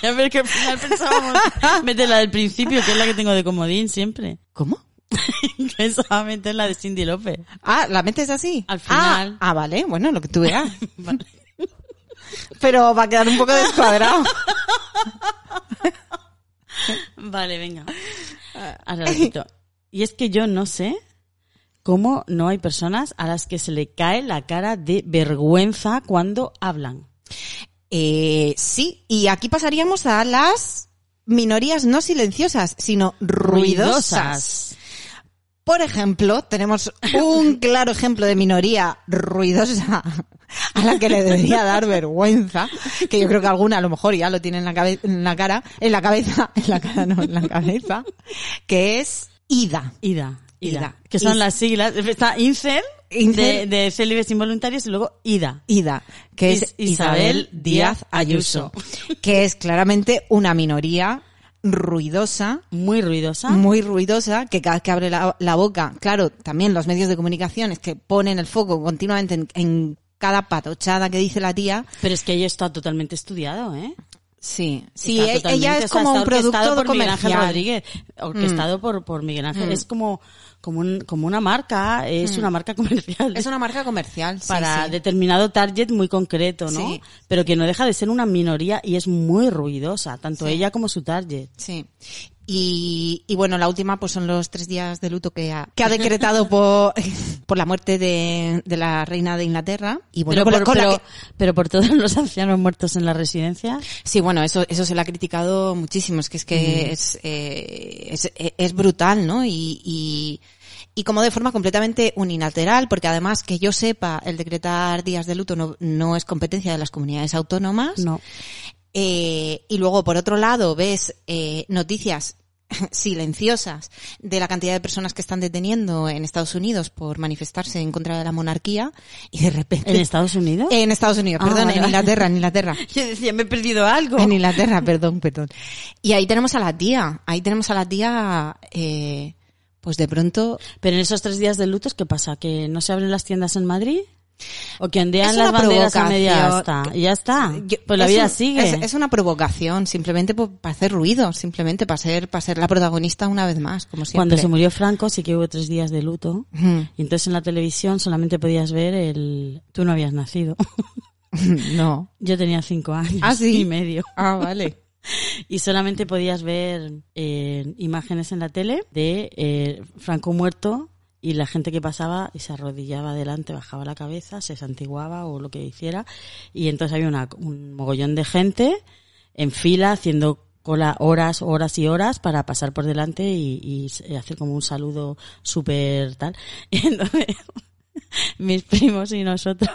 A ver, que al final pensábamos... Mete la del principio, que es la que tengo de comodín siempre. ¿Cómo? Pensaba meter la de Cindy López. Ah, ¿la metes así? Al final. Ah, ah, vale, bueno, lo que tú veas. Pero va a quedar un poco descuadrado. Vale, venga. Ah. Al ratito. Y es que yo no sé cómo no hay personas a las que se le cae la cara de vergüenza cuando hablan. Eh, sí, y aquí pasaríamos a las minorías no silenciosas, sino ruidosas. Por ejemplo, tenemos un claro ejemplo de minoría ruidosa a la que le debería dar vergüenza, que yo creo que alguna a lo mejor ya lo tiene en la, cabe- en la cara, en la cabeza, en la cara no, en la cabeza, que es Ida. Ida. Ida. Ida. Que son Is- las siglas. Está Incel, Incel. De, de Célibes Involuntarios y luego Ida. Ida, que es Is- Isabel Isabel Díaz Ayuso, que es claramente una minoría ruidosa, Muy ruidosa. muy ruidosa, que cada vez que abre la, la boca, claro, también los medios de comunicación es que ponen el foco continuamente en, en cada patochada que dice la tía. Pero es que ella está totalmente estudiado, ¿eh? Sí, sí, Está e- ella totalmente, es o sea, como está un producto orquestado por Miguel Ángel comercial. Mm. Rodríguez, orquestado por, por Miguel Ángel. Es como, como, un- como una marca, es una marca comercial. Mm. Es una marca comercial, sí, para sí. determinado target muy concreto, ¿no? Sí. Pero que no deja de ser una minoría y es muy ruidosa, tanto ella como su target. Sí. Y, y bueno, la última pues son los tres días de luto que ha, que ha decretado por, por la muerte de, de la reina de Inglaterra. Y Pero, bueno, con la- por, con la pero- que- pero por todos los ancianos muertos en la residencia. sí, bueno, eso, eso se le ha criticado muchísimo. Es que es que es, eh, es, eh, es brutal, ¿no? Y, y, y como de forma completamente unilateral, porque además que yo sepa, el decretar días de luto no, no es competencia de las comunidades autónomas. No. Eh, y luego, por otro lado, ves eh, noticias silenciosas de la cantidad de personas que están deteniendo en Estados Unidos por manifestarse en contra de la monarquía y de repente... ¿En Estados Unidos? En Estados Unidos, Ah, perdón, vale, en vale. Inglaterra, en Inglaterra. Yo decía, me he perdido algo. En Inglaterra, perdón, perdón. Y ahí tenemos a la tía, ahí tenemos a la tía, eh, pues de pronto... Pero en esos tres días de lutos, ¿qué pasa? ¿Que no se abren las tiendas en Madrid? ¿O que Es ondean una las banderas a media provocación. asta? Y ya está. Yo- pues la es vida un- sigue. Es, es una provocación, simplemente por- para hacer ruido, simplemente para ser, para ser la protagonista una vez más, como siempre. Cuando se murió Franco sí que hubo tres días de luto. Ujú. Y entonces en la televisión solamente podías ver el... Tú no habías nacido. No. Yo tenía cinco años Ah, sí. y medio. Ah, vale. Y solamente podías ver eh, imágenes en la tele de eh, Franco muerto y la gente que pasaba y se arrodillaba delante, bajaba la cabeza, se santiguaba o lo que hiciera. Y entonces había una- un mogollón de gente en fila haciendo cola horas, horas y horas para pasar por delante y, y s- hacer como un saludo súper tal. Y entonces mis primos y nosotros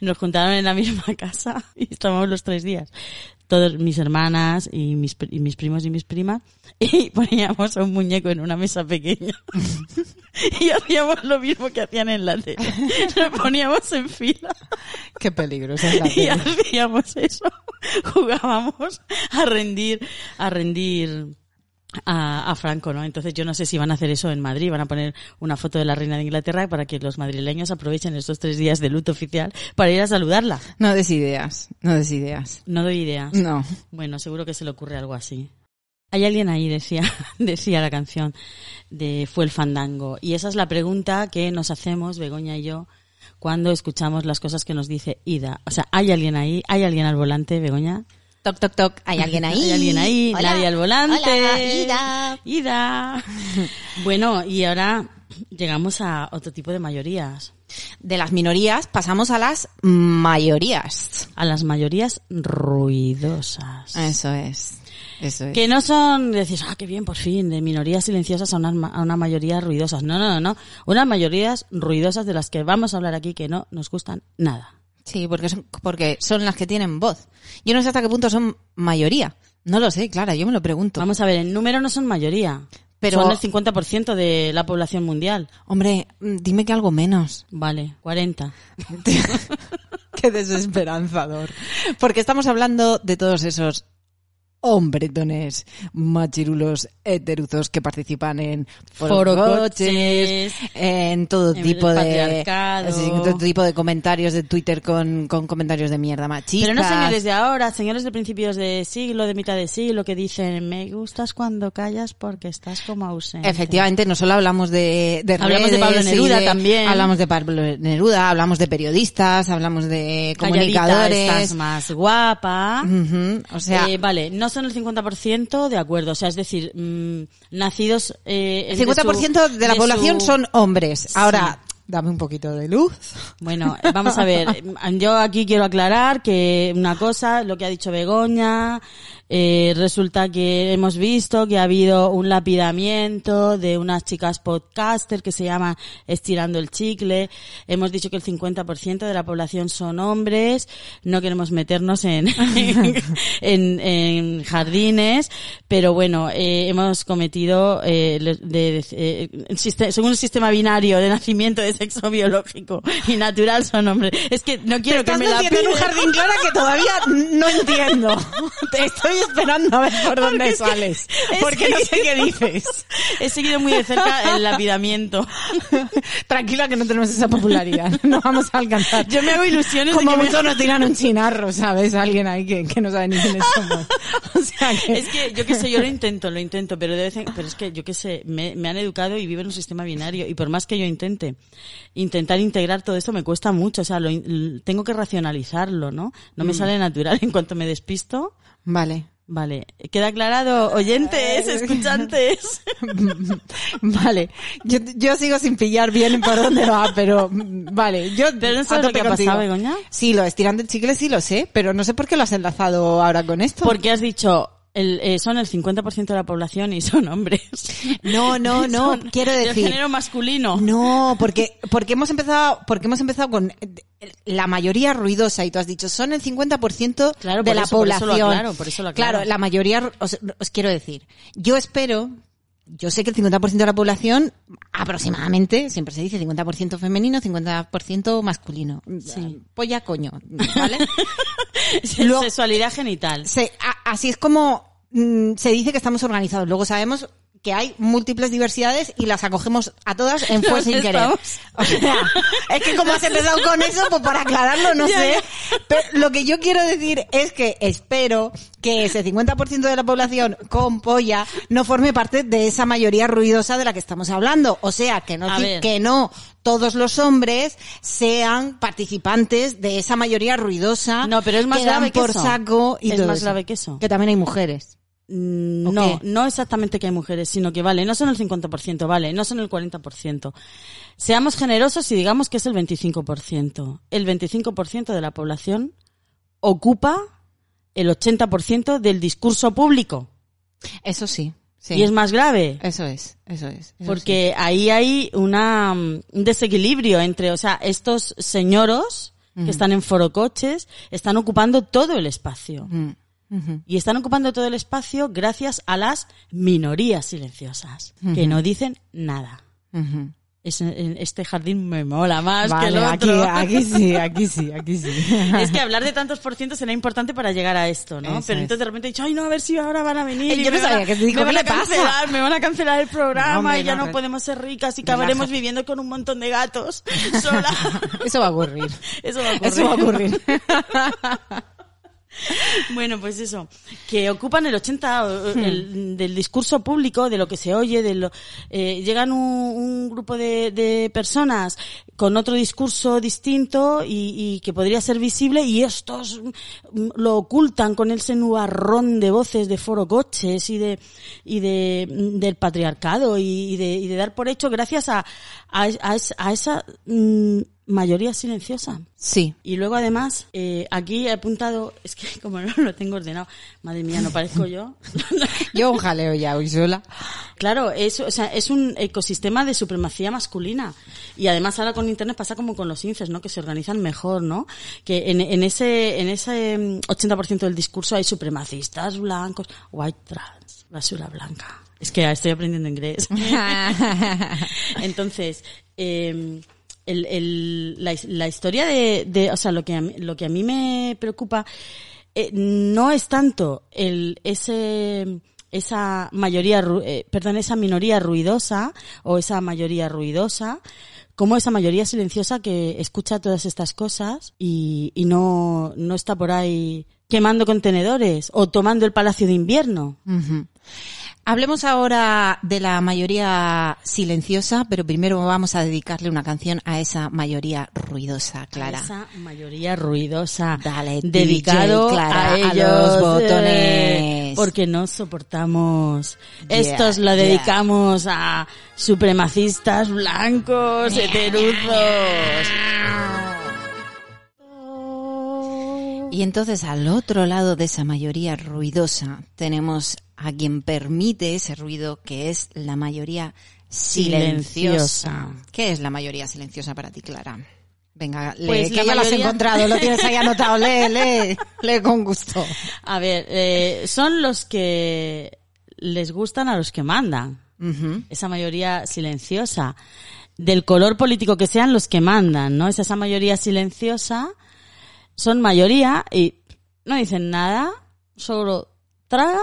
nos juntaron en la misma casa y estábamos los tres días. Todos mis hermanas y mis, pri- y mis primos y mis primas y poníamos a un muñeco en una mesa pequeña y hacíamos lo mismo que hacían en la tele. Lo poníamos en fila Qué peligroso es la y tele. hacíamos eso. Jugábamos a rendir, a rendir a, a Franco, ¿no? Entonces yo no sé si van a hacer eso en Madrid, van a poner una foto de la reina de Inglaterra para que los madrileños aprovechen estos tres días de luto oficial para ir a saludarla. No des ideas, no des ideas. No doy idea. No. Bueno, seguro que se le ocurre algo así. Hay alguien ahí, decía, decía la canción de Fue el Fandango. Y esa es la pregunta que nos hacemos, Begoña y yo, cuando escuchamos las cosas que nos dice Ida. O sea, ¿hay alguien ahí? ¿Hay alguien al volante, Begoña? Toc, toc, toc. Hay alguien ahí. Hay alguien ahí, Hola. nadie al volante. Hola, Ida. Ida. bueno, y ahora llegamos a otro tipo de mayorías. De las minorías pasamos a las mayorías. A las mayorías ruidosas. Eso es. Eso es. Que no son, decís, ah, qué bien, por fin, de minorías silenciosas a una, a una mayoría ruidosas. No, no, no, no. Unas mayorías ruidosas de las que vamos a hablar aquí que no nos gustan nada. Sí, porque son, porque son las que tienen voz. Yo no sé hasta qué punto son mayoría. No lo sé, Clara, yo me lo pregunto. Vamos a ver, en número no son mayoría. Pero- Pero... Son el 50% de la población mundial. Hombre, mm, dime que algo menos. Vale, 40. Qué desesperanzador. Porque estamos hablando de todos esos hombretones, machirulos, heteruzos que participan en Foro forocoches, coches, en todo en tipo el de patriarcado. sí, en todo tipo de comentarios de Twitter con, con comentarios de mierda machistas. Pero no señores de ahora, señores de principios de siglo, de mitad de siglo, que dicen, me gustas cuando callas porque estás como ausente. Efectivamente, no solo hablamos de, de Hablamos de redes Pablo y Neruda también. Hablamos de Pablo Neruda, hablamos de periodistas, hablamos de Calladita, comunicadores. estás más guapa. Ujú, O sea, Eh, vale, no son el 50% de acuerdo, o sea, es decir, mm, nacidos... Eh, en- el de su- 50% de la su- población son hombres. Ahora, dame un poquito de luz. Bueno, vamos a ver, yo aquí quiero aclarar que una cosa, lo que ha dicho Begoña, eh, resulta que hemos visto que ha habido un lapidamiento de unas chicas podcaster que se llama Estirando el Chicle, hemos dicho que el 50% de la población son hombres, no queremos meternos en, en, en jardines, pero bueno, eh, hemos cometido, eh, le- de- de- eh, el siste- según el sistema binario de nacimiento de sexo biológico y natural son hombres. Es que no quiero que Estás me la metiendo en un piden. jardín clara que todavía no entiendo. Te estoy esperando a ver por dónde sales. es Porque no que- sé qué dices. He seguido muy de cerca el lapidamiento. Tranquila que no tenemos esa popularidad. No vamos a alcanzar. Yo me hago ilusiones de Como que me- mucho nos tiran un chinarro, ¿sabes? Alguien ahí que, que no sabe ni quiénes somos. O sea que... Es que yo qué sé, yo lo intento, lo intento, pero de vez en- pero es que yo qué sé, me, me han educado y vivo en un sistema binario y por más que yo intente intentar integrar todo esto me cuesta mucho, o sea, lo in- l- tengo que racionalizarlo, ¿no? No Mm. me sale natural en cuanto me despisto. Vale. Vale, queda aclarado, oyentes, escuchantes. Vale. Yo, yo sigo sin pillar bien por dónde va, pero mm, vale. Yo Pero no sabes lo a que tope ha pasado, contigo. Begoña. Sí, lo de estirando el chicle sí lo sé, pero no sé por qué lo has enlazado ahora con esto. Porque has dicho el, eh, son el 50% de la población y son hombres. No, no, no, Son quiero del decir- género masculino. No, porque, porque hemos empezado, porque hemos empezado con eh, la mayoría ruidosa y tú has dicho son el 50% Claro, de por la eso- por eso población. lo aclaro, por eso lo aclaro. Claro, la mayoría, os, os quiero decir, yo espero, yo sé que el 50% de la población, aproximadamente, siempre se dice 50% femenino, 50% masculino. Sí. Polla coño, ¿vale? Lo- Sexualidad genital. se- a- así es como mm, se dice que estamos organizados. Luego sabemos que hay múltiples diversidades y las acogemos a todas en fue Nos sin querer. estamos- O sea, es que como has empezado con eso, pues para aclararlo no Ya, sé. ya. Pero lo que yo quiero decir es que espero que ese 50% de la población con polla no forme parte de esa mayoría ruidosa de la que estamos hablando. O sea, que no, A ti- ver. que no todos los hombres sean participantes de esa mayoría ruidosa No, pero es más que dan grave que por eso. saco y Es todo más eso. grave que eso. Que también hay mujeres. Mm, ¿O No, qué? no exactamente que hay mujeres, sino que vale, no son el 50%, vale, no son el 40%. Seamos generosos y digamos que es el 25%. El 25% de la población ocupa el 80% del discurso público. Eso sí. sí. Y es más grave, Eso es, eso es. eso porque ahí hay una, mm, un desequilibrio entre, o sea, estos señoros que están en forocoches están ocupando todo el espacio. sí. Mm, ujú. Y están ocupando todo el espacio gracias a las minorías silenciosas, que no dicen nada. Ujú. Es- en- este jardín me mola más que el Vale, aquí, otro. aquí sí, aquí sí, aquí sí. Es que hablar de tantos por ciento será importante para llegar a esto, ¿no? Eso Pero es. entonces de repente he dicho, ay, no, a ver si ahora van a venir. Eh, y yo no me van sabía a- que te dijo, me van ¿qué a le pasa? cancelar, me van a cancelar el programa No, hombre, y ya no, no, re- podemos ser ricas y acabaremos viviendo con un montón de gatos sola. Eso va a ocurrir. Eso va a ocurrir. Eso va a ocurrir. Bueno, pues eso, que ocupan el 80 o- el- del discurso público, de lo que se oye, de lo, eh, llegan un, un grupo de, de personas con otro discurso distinto y, y que podría ser visible y estos mm, lo ocultan con ese nubarrón de voces de foro coches y de y de mm, del patriarcado y, y de, y de dar por hecho gracias a a, a es- a esa mm, mayoría silenciosa. Sí. Y luego además, eh, aquí he apuntado, es que como no lo tengo ordenado, madre mía, no parezco yo. Yo un jaleo ya hoy sola. claro, es, o sea, es un ecosistema de supremacía masculina. Y además ahora con internet pasa como con los inces, ¿no? Que se organizan mejor, ¿no? Que en, en ese, en ese mm, 80% del discurso hay supremacistas blancos, white trans, basura blanca. Es que estoy aprendiendo inglés. Entonces, eh, el- el- la, his- la historia de, de- o sea, lo que a mí, lo que a mí me preocupa eh, no es tanto el ese esa mayoría, ru- eh, perdón, esa minoría ruidosa o esa mayoría ruidosa, como esa mayoría silenciosa que escucha todas estas cosas y, y no, no está por ahí quemando contenedores o tomando el palacio de invierno. Ujú. Hablemos ahora de la mayoría silenciosa, pero primero vamos a dedicarle una canción a esa mayoría ruidosa, Clara. Esa mayoría ruidosa. Dale, dedicado DJ Clara, a a los ellos. botones. eh, porque no soportamos. Yeah, Estos lo yeah. dedicamos a supremacistas blancos, heteruzos. Y entonces al otro lado de esa mayoría ruidosa tenemos a quien permite ese ruido, que es la mayoría silenciosa. Silenciosa. ¿Qué es la mayoría silenciosa para ti, Clara? Venga, lee, Pues que la ya lo has mayoría- encontrado, lo tienes ahí anotado, lee, lee, lee con gusto. A ver, eh, son los que les gustan a los que mandan. Ujú. esa mayoría silenciosa, del color político que sean los que mandan, ¿no? Es esa mayoría silenciosa, son mayoría y no dicen nada, solo tragan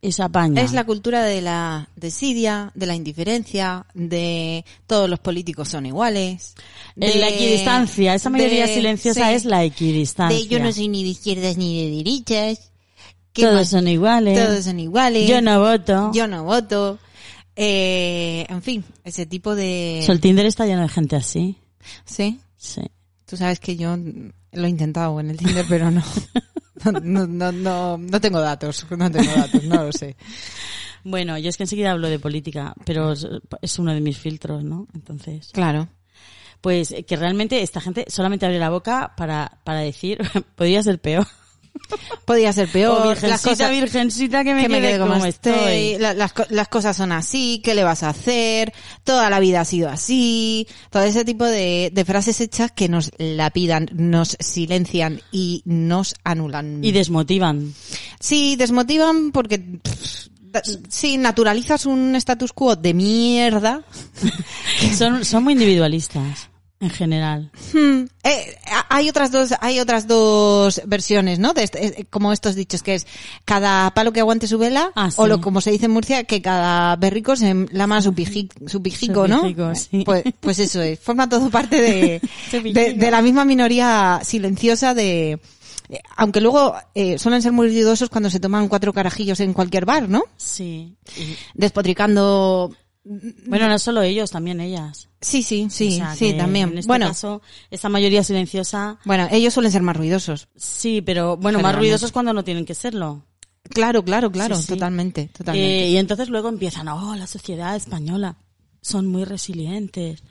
y se apañan. Es la cultura de la desidia, de la indiferencia, de todos los políticos son iguales. En la equidistancia, esa mayoría silenciosa es la equidistancia. De yo no soy ni de izquierdas ni de derechas. ¿Qué Todos más? son iguales. Todos son iguales. Yo no voto. Yo no voto. Eh, en fin, ese tipo de... So, el Tinder está lleno de gente así. Sí, Sí. tú sabes que yo lo he intentado en el Tinder, pero no. No, no, no, no, no tengo datos, no tengo datos, no lo sé. Bueno, yo es que enseguida hablo de política, pero es- es uno de mis filtros, ¿no? Entonces. Claro. Pues eh, que realmente esta gente solamente abre la boca para, para decir, podría ser peor. Podía ser O peor. virgencita, las cosas- virgencita, que me, que me quede quede como estoy. La- las, co- las cosas son así, ¿qué le vas a hacer? Toda la vida ha sido así. Todo ese tipo de, de frases hechas que nos lapidan, nos silencian y nos anulan. Y desmotivan. sí, desmotivan porque... pff, da- Sí, naturalizas un status quo de mierda. Son, son muy individualistas, en general. Hmm, eh, a- hay otras dos, hay otras dos versiones, ¿no? De este- eh, como estos dichos que es cada palo que aguante su vela, Ah, o sí. lo como se dice en Murcia, que cada berrico se lama su, piji- su pijico, Su ¿no? pijico, sí. pues, pues eso es, forma todo parte de, Su pijico. de, de la misma minoría silenciosa de eh, aunque luego eh, suelen ser muy ruidosos cuando se toman cuatro carajillos en cualquier bar, ¿no? Sí. Y- Despotricando. bueno, no solo ellos, también ellas. Sí, sí, sí, O sea, sí, que también. En este bueno, caso, esa mayoría silenciosa, bueno, ellos suelen ser más ruidosos. sí, pero bueno, más Generalmente. ruidosos cuando no tienen que serlo. Claro, claro, claro, Sí, sí. totalmente, totalmente. Eh, y entonces luego empiezan, oh, la sociedad española, son muy resilientes.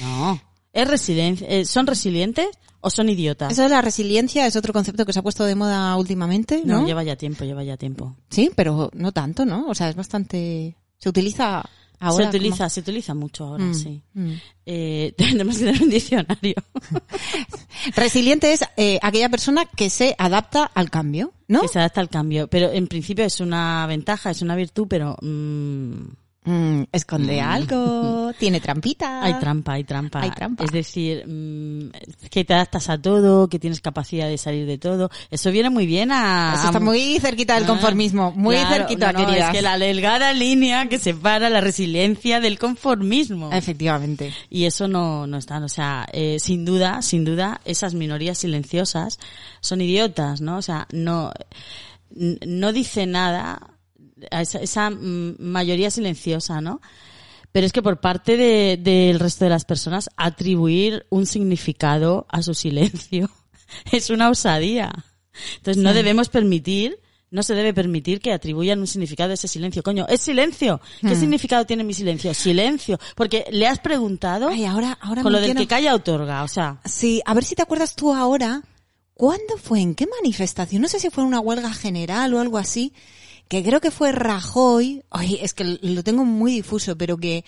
No. ¿Es resilien- eh, ¿Son resilientes o son idiotas? Eso de la resiliencia es otro concepto que se ha puesto de moda últimamente, ¿no? no, lleva ya tiempo, lleva ya tiempo. Sí, pero no tanto, ¿no? O sea, es bastante... Se utiliza ahora. se utiliza, como- se utiliza mucho ahora, Mm, sí. mm. Eh, tenemos que tener un diccionario. Resiliente es eh, aquella persona que se adapta al cambio, ¿no? Que se adapta al cambio. Pero en principio es una ventaja, es una virtud, pero mm, Mm, esconde algo, tiene trampita. hay trampa, hay trampa. Ah. Hay trampa. Es decir, mm, que te adaptas a todo, que tienes capacidad de salir de todo. Eso viene muy bien a... Eso está a- muy cerquita del Ah, conformismo, muy claro, cerquita, no, no, queridas. Es que la delgada línea que separa la resiliencia del conformismo. Efectivamente. Y eso no, no está, o sea, eh, sin duda, sin duda, esas minorías silenciosas son idiotas, ¿no? O sea, no, n- no dice nada a esa, esa, mm, mayoría silenciosa, ¿no? Pero es que por parte de- del resto de las personas atribuir un significado a su silencio es una osadía. Entonces no debemos permitir, no se debe permitir que atribuyan un significado a ese silencio. Coño, es silencio. Hmm. ¿Qué significado tiene mi silencio? Silencio. Porque le has preguntado Ay, ahora, ahora con me lo del quiero- que calla otorga. O sea, Sí, a ver si te acuerdas tú ahora. ¿Cuándo fue? ¿En qué manifestación? No sé si fue una huelga general o algo así. que creo que fue Rajoy, ay, es que lo tengo muy difuso, pero que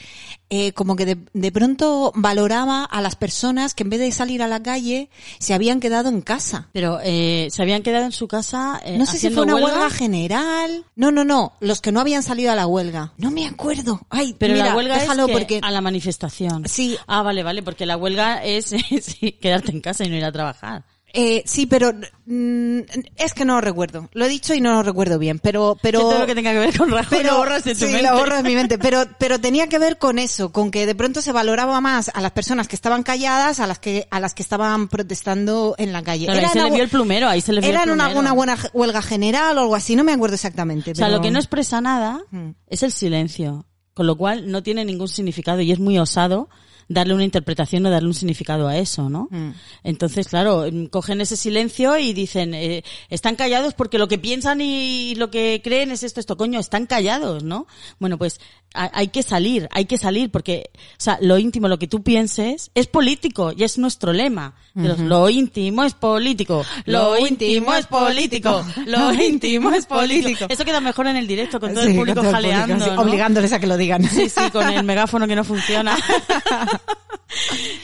eh, como que de, de pronto valoraba a las personas que en vez de salir a la calle se habían quedado en casa. Pero eh, se habían quedado en su casa. eh, No sé si haciendo fue una huelga? huelga, general. No, no, no. Los que no habían salido a la huelga. No me acuerdo. Ay, Pero mira, la huelga es déjalo que- porque a la manifestación. Sí. Ah, vale, vale, porque la huelga es sí, quedarte en casa y no ir a trabajar. eh, sí, pero mm, es que no lo recuerdo. Lo he dicho y no lo recuerdo bien, pero pero Que todo lo que tenga que ver con Rajoy pero lo borras de tu sí, mente. lo borro de mi mente, pero pero tenía que ver con eso, con que de pronto se valoraba más a las personas que estaban calladas, a las que a las que estaban protestando en la calle. Claro, ahí Era se una le hue- vio el plumero, ahí se le vio era el una, plumero. una buena huelga general o algo así, no me acuerdo exactamente. O sea, pero- lo que no expresa nada Mm. es el silencio, con lo cual no tiene ningún significado y es muy osado darle una interpretación o darle un significado a eso, ¿no? Mm. Entonces, claro, mm, cogen ese silencio y dicen, eh, están callados porque lo que piensan y lo que creen es esto, esto, coño, están callados, ¿no? Bueno, pues ha- hay que salir, hay que salir porque, o sea, lo íntimo, lo que tú pienses, es político y es nuestro lema. De los, lo íntimo es político, lo íntimo es político, lo íntimo es político. Eso queda mejor en el directo con todo Sí, el público con todo el público, jaleando, sí, ¿no? obligándoles a que lo digan. Sí, sí, con el megáfono que no funciona.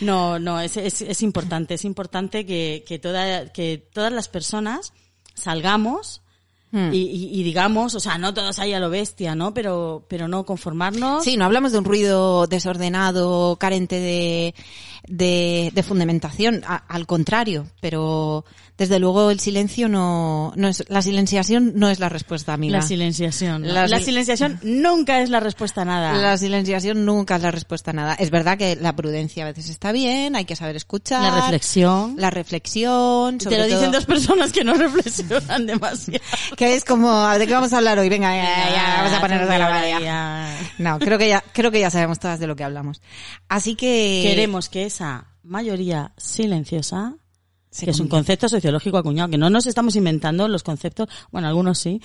No, no, es, es, es importante. Es importante que, que, toda, que todas las personas salgamos Hmm. y, y- y digamos, o sea, no todos ahí a lo bestia, ¿no? Pero, pero no conformarnos. Sí, no hablamos de un ruido desordenado, carente de, de, de fundamentación, a- al contrario, pero desde luego el silencio no, no es, la silenciación no es la respuesta, amiga. La silenciación. ¿no? La La, sil- silenciación nunca es la respuesta a nada. La silenciación nunca es la respuesta a nada. Es verdad que la prudencia a veces está bien, hay que saber escuchar. La reflexión. La reflexión. Te sobre lo dicen todo- dos personas que no reflexionan demasiado. Que es como, ¿de qué vamos a hablar hoy? Venga, ya, ya, vamos a ponernos a la ya. Ya. No, creo que ya, creo que ya sabemos todas de lo que hablamos. Así que. Queremos que esa mayoría silenciosa se que es un convierta- concepto sociológico acuñado, que no nos estamos inventando los conceptos, bueno, algunos sí,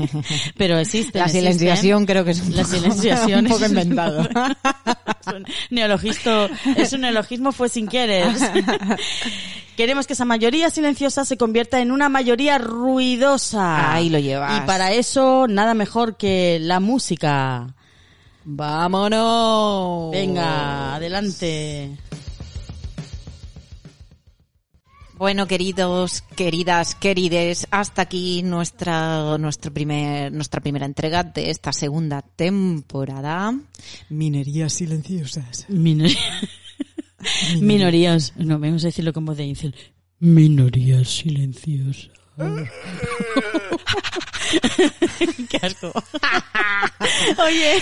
pero existen. La existen. silenciación creo que es un La poco- silenciación un poco es inventado. es un neologisto, es un neologismo fue sin querer. Queremos que esa mayoría silenciosa se convierta en una mayoría ruidosa. Ahí lo llevas. Y para eso nada mejor que la música. ¡Vámonos! Venga, adelante. Bueno, queridos, queridas, querides, hasta aquí nuestra, nuestro primer, nuestra primera entrega de esta segunda temporada. Minerías silenciosas. Minor- Minorías. No, vamos a decirlo con voz de incel. Minorías silenciosas. Qué asco. Oye.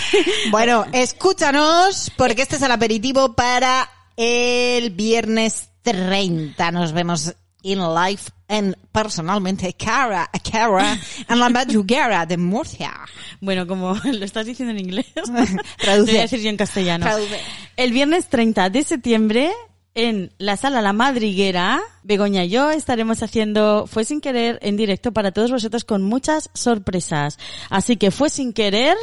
Bueno, escúchanos, porque este es el aperitivo para el viernes 30. Nos vemos in live en personalmente Cara a Cara en la Madrugada de Murcia. Bueno, como lo estás diciendo en inglés, Traduce. te voy a decir yo en castellano. Traduce. El viernes 30 de septiembre, en la sala La Madriguera, Begoña y yo estaremos haciendo Fue sin querer en directo para todos vosotros con muchas sorpresas. Así que Fue sin querer,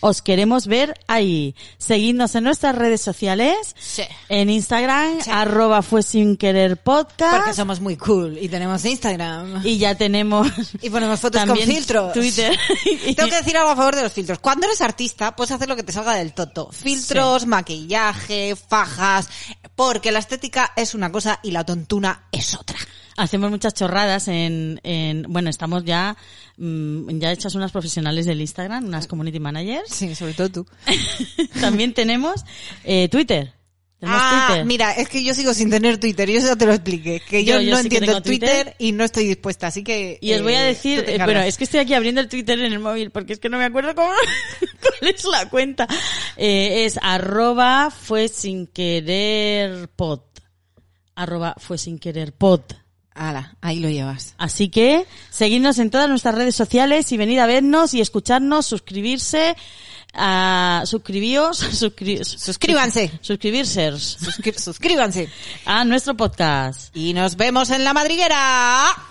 os queremos ver ahí. Seguidnos en nuestras redes sociales. Sí. En Instagram, Sí. arroba fue sin querer podcast. Porque somos muy cool y tenemos Instagram. Y ya tenemos Y ponemos fotos también con filtros. Twitter. Tengo que decir algo a favor de los filtros. Cuando eres artista, puedes hacer lo que te salga del toto. Filtros, maquillaje, fajas, porque la estética es una cosa y la tontuna es otra. Hacemos muchas chorradas en, en bueno, estamos ya, mm, ya hechas unas profesionales del Instagram, unas community managers. Sí, sobre todo tú. También tenemos eh, Twitter. Tenemos Ah, Twitter. mira, es que yo sigo sin tener Twitter, yo eso ya te lo expliqué, que yo, Yo- yo no sí que entiendo tengo Twitter, Twitter. y no estoy dispuesta, así que... Y os voy a eh, decir, tú te eh, encargas. bueno, es que estoy aquí abriendo el Twitter en el móvil porque es que no me acuerdo cómo, cuál es la cuenta. Eh, es arroba fue sin querer pod. Arroba fue sin querer pod. Ala, ahí lo llevas. Así que seguidnos en todas nuestras redes sociales y venid a vernos y escucharnos, suscribirse, a, suscribíos, suscri- Suscríbanse. suscribirse Suscri- suscríbanse. a nuestro podcast. Y nos vemos en la madriguera.